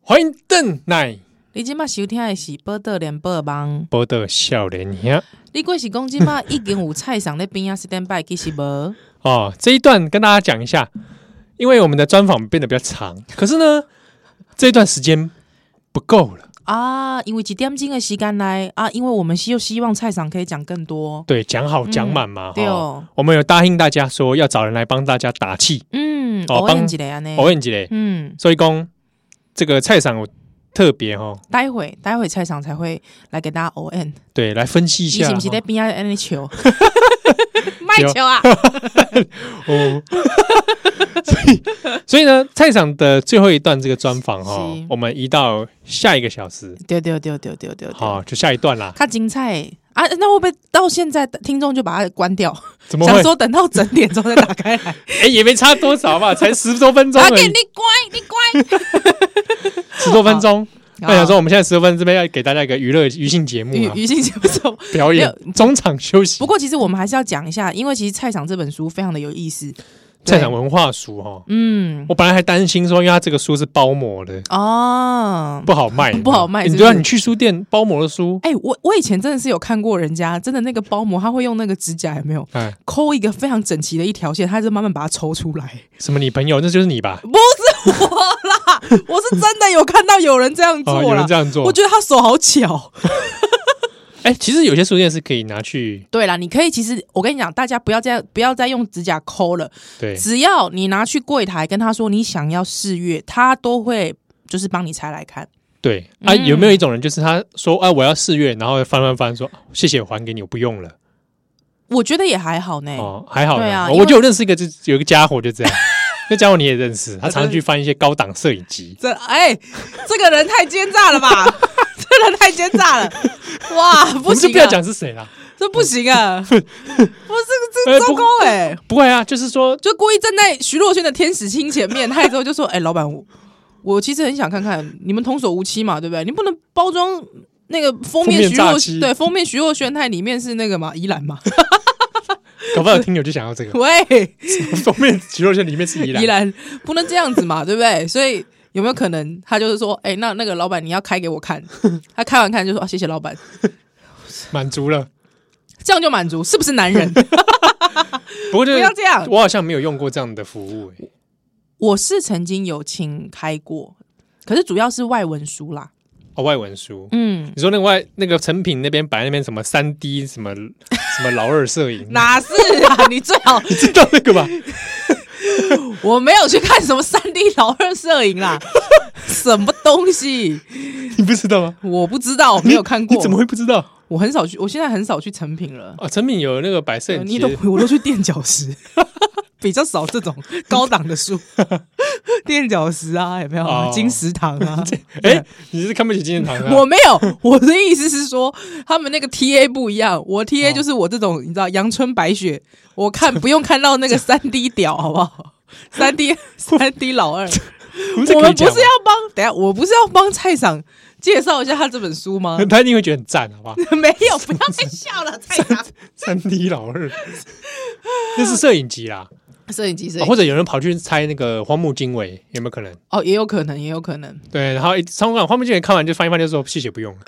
欢迎邓来你即马收听的是《报道联播网》，报道少年兄你过是讲即马已经有菜场咧边仔 stand by，其实无。哦。这一段跟大家讲一下，因为我们的专访变得比较长，可是呢，这段时间不够了。 啊，因为一点钟的时间来啊，因为我们希希望菜场可以讲更多。对，讲好讲满嘛。对哦，哦，我们有答应大家说要找人来帮大家打气，嗯，哦偶帮然一个安尼我，问你嘞，嗯，所以讲这个菜场有特别哦，待会待会菜场才会来给大家偶然。对，来分析一你下是不是在哦。边仔安尼笑？ 卖笑啊！哦 所以所以呢，菜场的最后一段这个专访哦是，我们移到下一个小时，对哦对对对对对好、对，就下一段啦。较精彩的啊！那会不会到现在听众就把它关掉？怎么会想？说等到整点之后再打开 来。哎、也没差多少吧，才十多分钟阿而健，已你，乖，你乖。十多分钟。那想好说，我们现在十多分钟这边要给大家一个娱乐娱性节目余啊，余兴节目。表演中场休息不，过其实我们还是要讲一下，因 为其实《菜场》这本书非常的有意 思。对菜场文化书哈、哦。嗯，我本来还担心说，因为它这个书是包膜的，哦，不好卖， 不好卖你是知不是道你对啊，你去书店包膜的书，哎、我我以前真的是有看过人家真的那个包膜，他会用那个指甲有没有哎，抠一个非常整齐的一条线，他就慢慢把它抽出来。 什么你朋友，那就是你吧？不是我啦，我是真的有看到有人这样哦，做有啦。人这样做我。觉得他手好巧。哎、其实有些书店是可以拿去，对啦，你可以其实我跟你讲，大家不要再 不要再用指甲抠了，对，只要你拿去柜台跟他说你想要试阅，他都会就是帮你拆来看。对啊，嗯有没有一种人，就是他说啊，我要四月，然后翻翻翻，说谢谢，我还给你，我不用了。我觉得也还好呢。哦，还好啦对啊我因我为就有认识一个，就有一个家伙就这样，那家伙你也认识， 他常常去翻一些高档摄影集。这哎、这个人太奸诈 了吧！这人太奸诈了，哇，我不们就行、啊，不要，讲是谁啦，这不 行啊！不是这哎这糟不糕哎、不会啊，就是说，就故意站在徐若瑄的天使心前面，他之后就说：“哎、老板，我我其实很想看看你们童叟无欺嘛，对不对？你不能包装那个封封面面徐若诈欺对封面徐若瑄，它里面是那个嘛宜兰 嘛？搞不好有听友就想要这 个喂，封面肌肉线里面是宜兰，宜兰不能这样子嘛，对不对？所以有没有可能他就是说，哎、那那个老板你要开给我看，他开完看就说、啊、谢谢老板，满足了。这样就满足，是不是 男人？不过就不是要这样。我好像没有用过这样的服务、欸，我是曾经有请开过，可是主要是外文书啦。哦，外文书。嗯，你说那个外那个成品那边摆那边什么三 D 什 么什么老二摄影，哪是啊？你最 好你知道那个吧？我没有去看什么三 D 老二摄 影啦，什么东西你不知道吗？我不知道，我没有看过。你怎么会不知道我很少去，我现在很少去成品了。呃啊？成品有那个摆摄影你机都，我都去垫 脚石，比较少这种高档的书，垫脚石啊，有没有、哦金石堂 啊？哎、你是看不起金钱堂的、 啊我没有，我的意思是说，他们那个 T A 不一样，我 T 哦 A 就是我这种，你知道阳春白雪，我看不用看到那 个三 D 屌，好不好？三 D 三 D 老二，我？我们不是要帮，等一下我不是要帮菜场介绍一下他这本书吗 他一定会觉得很赞， 好不好？没有，不要再笑了，菜场 三 D 老二，那是摄影集啦、摄影机摄啊影或机者有人跑去猜那个荒木经惟有没有可能？哦，也有可能，也有 可能，对，然后一仓管荒木经惟看完就翻一翻就说谢谢不用 了，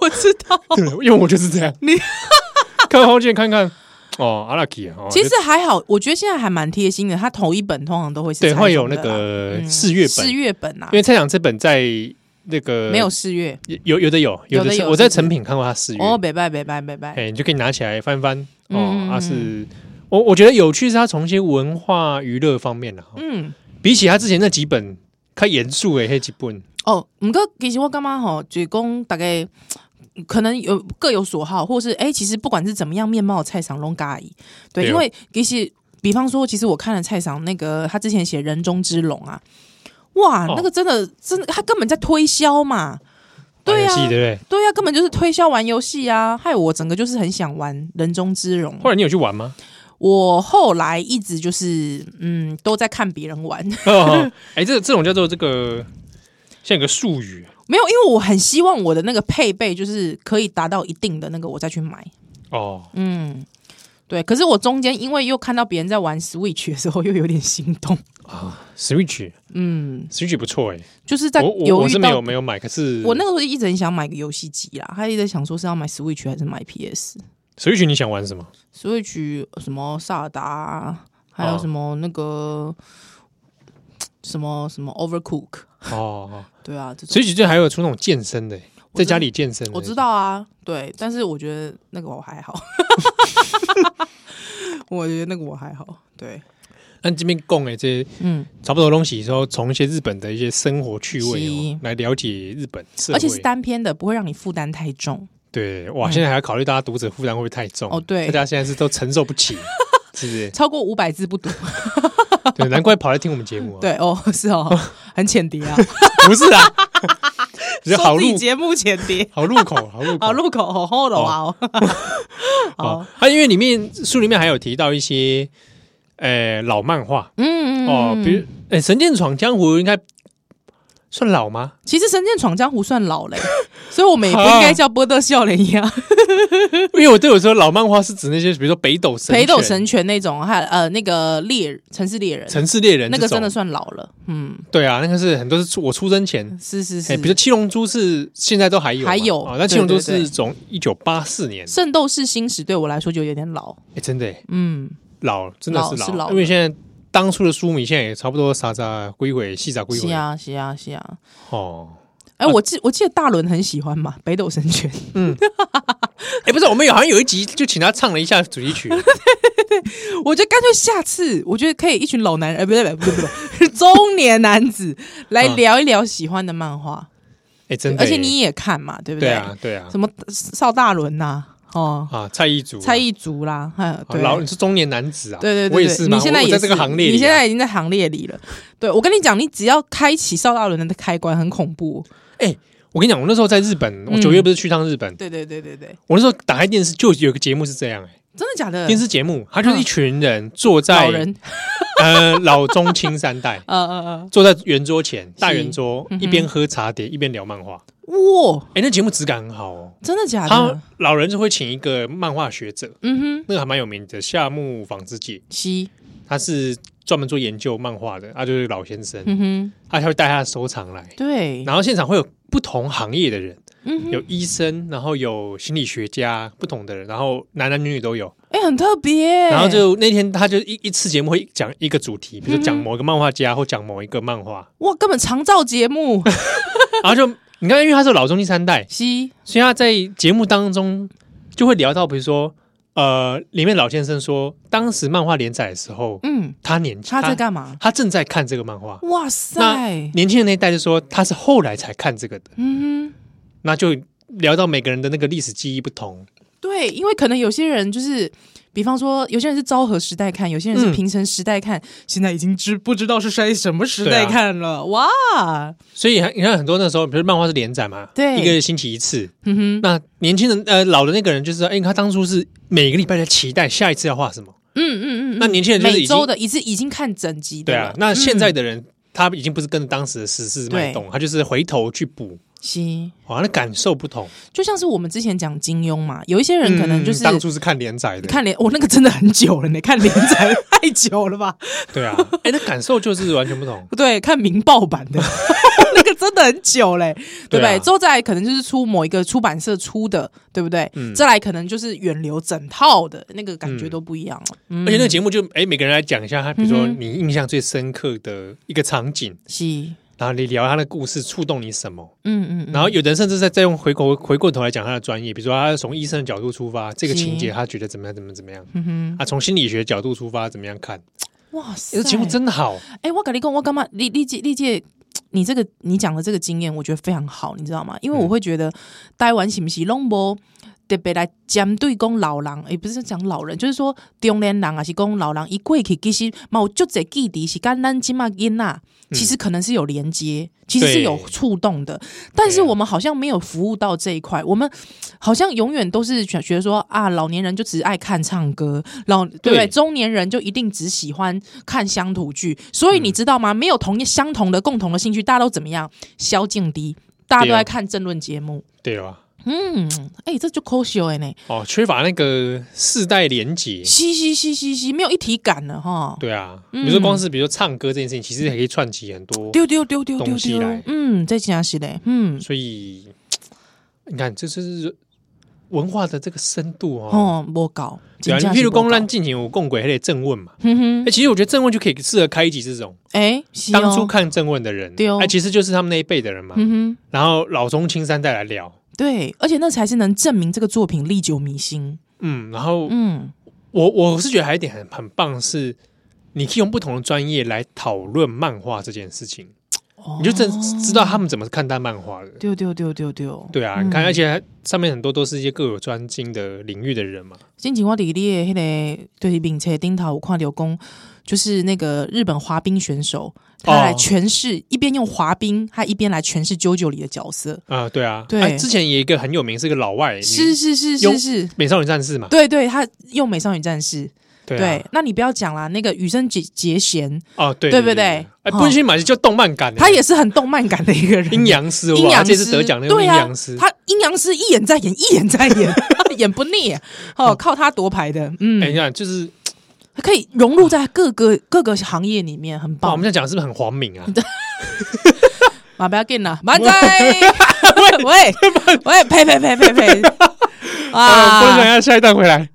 我知道。对，因为我就是这样，你 看完荒木经惟看看哦，阿拉奇哦， 其就实还好，我觉得现在还蛮贴心的。他头一本通常都会是对拆会有封那的啦个嗯试阅本，四因月本啊，为菜场这本在那个没有四月有有的有有有的的是有我在是不是成品看过他试阅哦，北拜北拜北拜，哎、你就可以拿起来翻翻哦嗯。嗯它、嗯是我我觉得有趣是它从一些文化娱乐方面的、哦，嗯，比起他之前那几本，较严肃诶，那几本哦，毋过其实我感觉吼，就是讲大概呃可能有各有所好，或是诶，其实不管是怎么样面貌的菜场拢介意，对，对哦因为其实比方说，其实我看了菜场那个他之前写《人中之龙》啊，哇，哦那个真的真的，他根本在推销嘛，对游呀、戏，啊，对不对呀、啊，根本就是推销玩游戏啊，害我整个就是很想玩《人中之龙对？》后。来你有去玩 吗？我后来一直就是嗯，都在看别人玩，哎、哦哎这这种叫做这个像有个术语啊没有，因为我很希望我的那个配备就是可以达到一定的那个，我再去买。哦，嗯，对，可是我中间因为又看到别人在玩 Switch 的时候，又有点心动。 Switch 嗯， Switch 不错哎、就是在我我犹我豫是没到有没有买，可是我那个时候一直很想买个游戏机啦，他一直在想说是要买 Switch 还是买 PS。 Switch 你想玩什么？ Switch 呃什么萨尔达啊，还有哦什么那个、什么什么 Overcook，哦对啊，这种，Switch 就还有出那种健身的、我在知家里健身的我知道啊，对，但是我觉得那个我 还好，我觉得那个我还好，对，那这边供哎，这些嗯，差不多东西，说从一些日本的一些生活趣味、哦是、来了解日本社会，而且是单篇的，不会让你负担太重。对哇，现在还要考虑大家读者负担会不会太重嗯哦对大家现在是都承受不 起，是不是？超过五百字不读，哦对，难怪跑来听我们节目、啊，对哦，是 哦，很浅碟啊，不是 啊，就是好说自入己节目浅碟， 好入口，好入口，好入口，好厚了啊，哦好，哦，它、因为里面书里面还有提到一些呃老漫画嗯嗯哦，比如《哎、神剑闯江湖》应该算老吗？其实《神剑闯江湖》算老嘞，所以我们也不应该叫波特笑脸一 样，因为我对我说老漫画是指那些比如说北斗神、北斗神、拳那种，还有呃那个猎人城市猎人，城市猎人那个真的是算老了，嗯，对啊，那个是很多是出我出生前。是是是哎，，比如《七龙珠》是现在都还有嘛，还有啊、那《七龙珠》对对是从一九八四年，圣斗士星矢对我来说就有点老，哎，真的哎嗯，老，真的老是老了因为现在当初的书迷现在也差不多啥啥归回，细啥归是回，啊是啊是啊，哦，哎，我记我记得大伦很喜欢嘛，北斗神拳，哎，不是，我们有好像有一集就请他唱了一下主题 曲，我觉得干脆下次，我觉得可以一群老男人，呃，不对不对不对不对， 中年男子来嗯聊一聊喜欢的漫画，哎，真的，而且你也看嘛，对不对啊，对啊，什么邵大伦呐、哦，啊，蔡依祖，蔡一族啦，还有啊对老，你是中年男子啊，对对对对，我也是嘛，你现在我也我在这个行列里啊，你现在已经在行列里了。对我跟你讲，你只要开启邵大伦的开关，很恐怖。我跟你讲，我那时候在日本，我嗯九月不是去趟日本，对对对对对，我那时候打开电视就有个节目是这样、欸，真的假的？电视节目，他就是一群人坐在嗯老人，。呃老中青三代呃呃坐在圆桌前，大圆桌，嗯哼一边喝茶碟，一边聊漫画。呃，哇，哎、那节目质感很好哦。真的假他的？老人就会请一个漫画学者，嗯哼，那个还蛮有名的夏目纺织介，西，他是专门做研究漫画的，他啊就是老先生，嗯哼，他会带他的收藏来，对，然后现场会有不同行业的人，嗯哼，有医生，然后有心理学家，不同的人，然后男男女女都有。哎，很特别。然后就那天他就一一次节目会讲一个主题，比如说讲嗯哼某一个漫画家或讲某一个漫画，哇，根本长照节 目， 然后就你看，因为他是老中青三代，西，所以他在节目当中就会聊到，比如说呃，里面老先生说，当时漫画连载的时候，嗯，他年轻他在他干嘛？他正在看这个漫画，哇塞，年轻人那一代就说他是后来才看这个的，嗯哼。那就聊到每个人的那个历史记忆不同，对，因为可能有些人就是，比方说有些人是昭和时代看，有些人是嗯平成时代看，现在已经知不知道是谁什么时代看了、哇！所以你看很多那时候，比如漫画是连载嘛，对一个星期一次。嗯哼，那年轻人呃老的那个人就是说，哎、他当初是每个礼拜在期待下一次要画什么。嗯嗯嗯，那年轻人就是每已经周的已经已经看整集的对了，啊，那现在的人、嗯他已经不是跟着当时的时事脉动，他就是回头去补，行。哇，那感受不同。就像是我们之前讲金庸嘛，有一些人可能就是嗯当初是看连载的，看连，我、那个真的很久了呢，看连载 太久了吧？对 啊，哎、那感受就是完全不同。对，看明报版的 那个真的很久嘞，对不对啊对？之后再来可能就是出某一个出版社出的，对不对？嗯再来可能就是远流整套的那个感觉嗯都不一样了。而且那个节目就哎、每个人来讲一下他，比如说嗯哼你印象最深刻的一个场景，是，嗯然后你聊他的故事触动你什么。嗯嗯，然后有的人甚至在再用回过回过头来讲他的专业，比如说他从医生的角度出发，这个是情节他觉得怎么样怎么样怎么样嗯哼，啊？从心理学角度出发怎么样看？哇塞，这节目真好，哎、我跟你讲，我干嘛？历历届历届，你这个你讲的这个经验，我觉得非常好，你知道吗？因为嗯我会觉得台湾是不是拢无特别来针对讲老人，也、不是讲老人，就是说中年人啊，是讲老人一过去其实嘛有足侪记忆是跟咱今嘛囡仔，其实可能是有连接，其实是嗯对有触动的，但是对啊我们好像没有服务到这一块，我们好像永远都是觉觉得说啊，老年人就只爱看唱歌，老对不对对？中年人就一定只喜欢看乡土剧，所以你嗯知道吗？没有同一相同的共同的兴趣，大家都怎么样？萧敬低，大家都对啊在看政论节目，对吧？嗯，哎、这就抠秀哎呢，哦，缺乏那个世代连结。嘻嘻嘻嘻嘻，没有一体感了哈。对啊，比嗯如说光是比如说唱歌这件事情，其实也可以串起很多，丢丢丢丢丢东西丢来，嗯，这真是嘞，嗯，所以你看，这就是文化的这个深度哦。哦，无搞，对啊，真你的譬是如没搞公烂，进行我共轨还得正问嘛，哼哼哎，，其实我觉得正问就可以适合开一集这种哎、是哦当初，看正问的人对哦，哎，其实就是他们那一辈的人嘛，嗯哼，然后老中青三代来聊，对，而且那才是能证明这个作品历久弥新。嗯，然后嗯，我我是觉得还有一点很很棒的是，你可以用不同的专业来讨论漫画这件事情，哦你就真知道他们怎么看待漫画的。丢丢丢丢丢，对啊，你看，而且上面很多都是一些各有专精的领域的人嘛。近期我伫你的迄、个就是名册顶头有看到讲，就是那个日本滑冰选手，他来哦诠释、一边用滑冰，他一边来诠释《JoJo》里的角色。啊、对啊，对哎之前也有一个很有名，是个老外，是女是是用是是，美少女战士嘛。对对，他用美少女战士。对啊，那你不要讲啦，那个羽生结结弦，哦，对对对不对哎，哦不去买就动漫感的，他也是很动漫感的一个人。阴阳师，阴哇，阳这师次得奖那个对阴啊阳师，，他阴阳师一演再演，一演再演，演不腻哦，靠他夺牌的，嗯，哎，你看，就是他可以融入在各个各个行业里面，很哇，我棒们。这样讲是不是很黄敏 啊？马不要紧啦，马仔，喂喂喂，呸呸呸呸呸，啊，不能讲啊， 아.下下一段回来。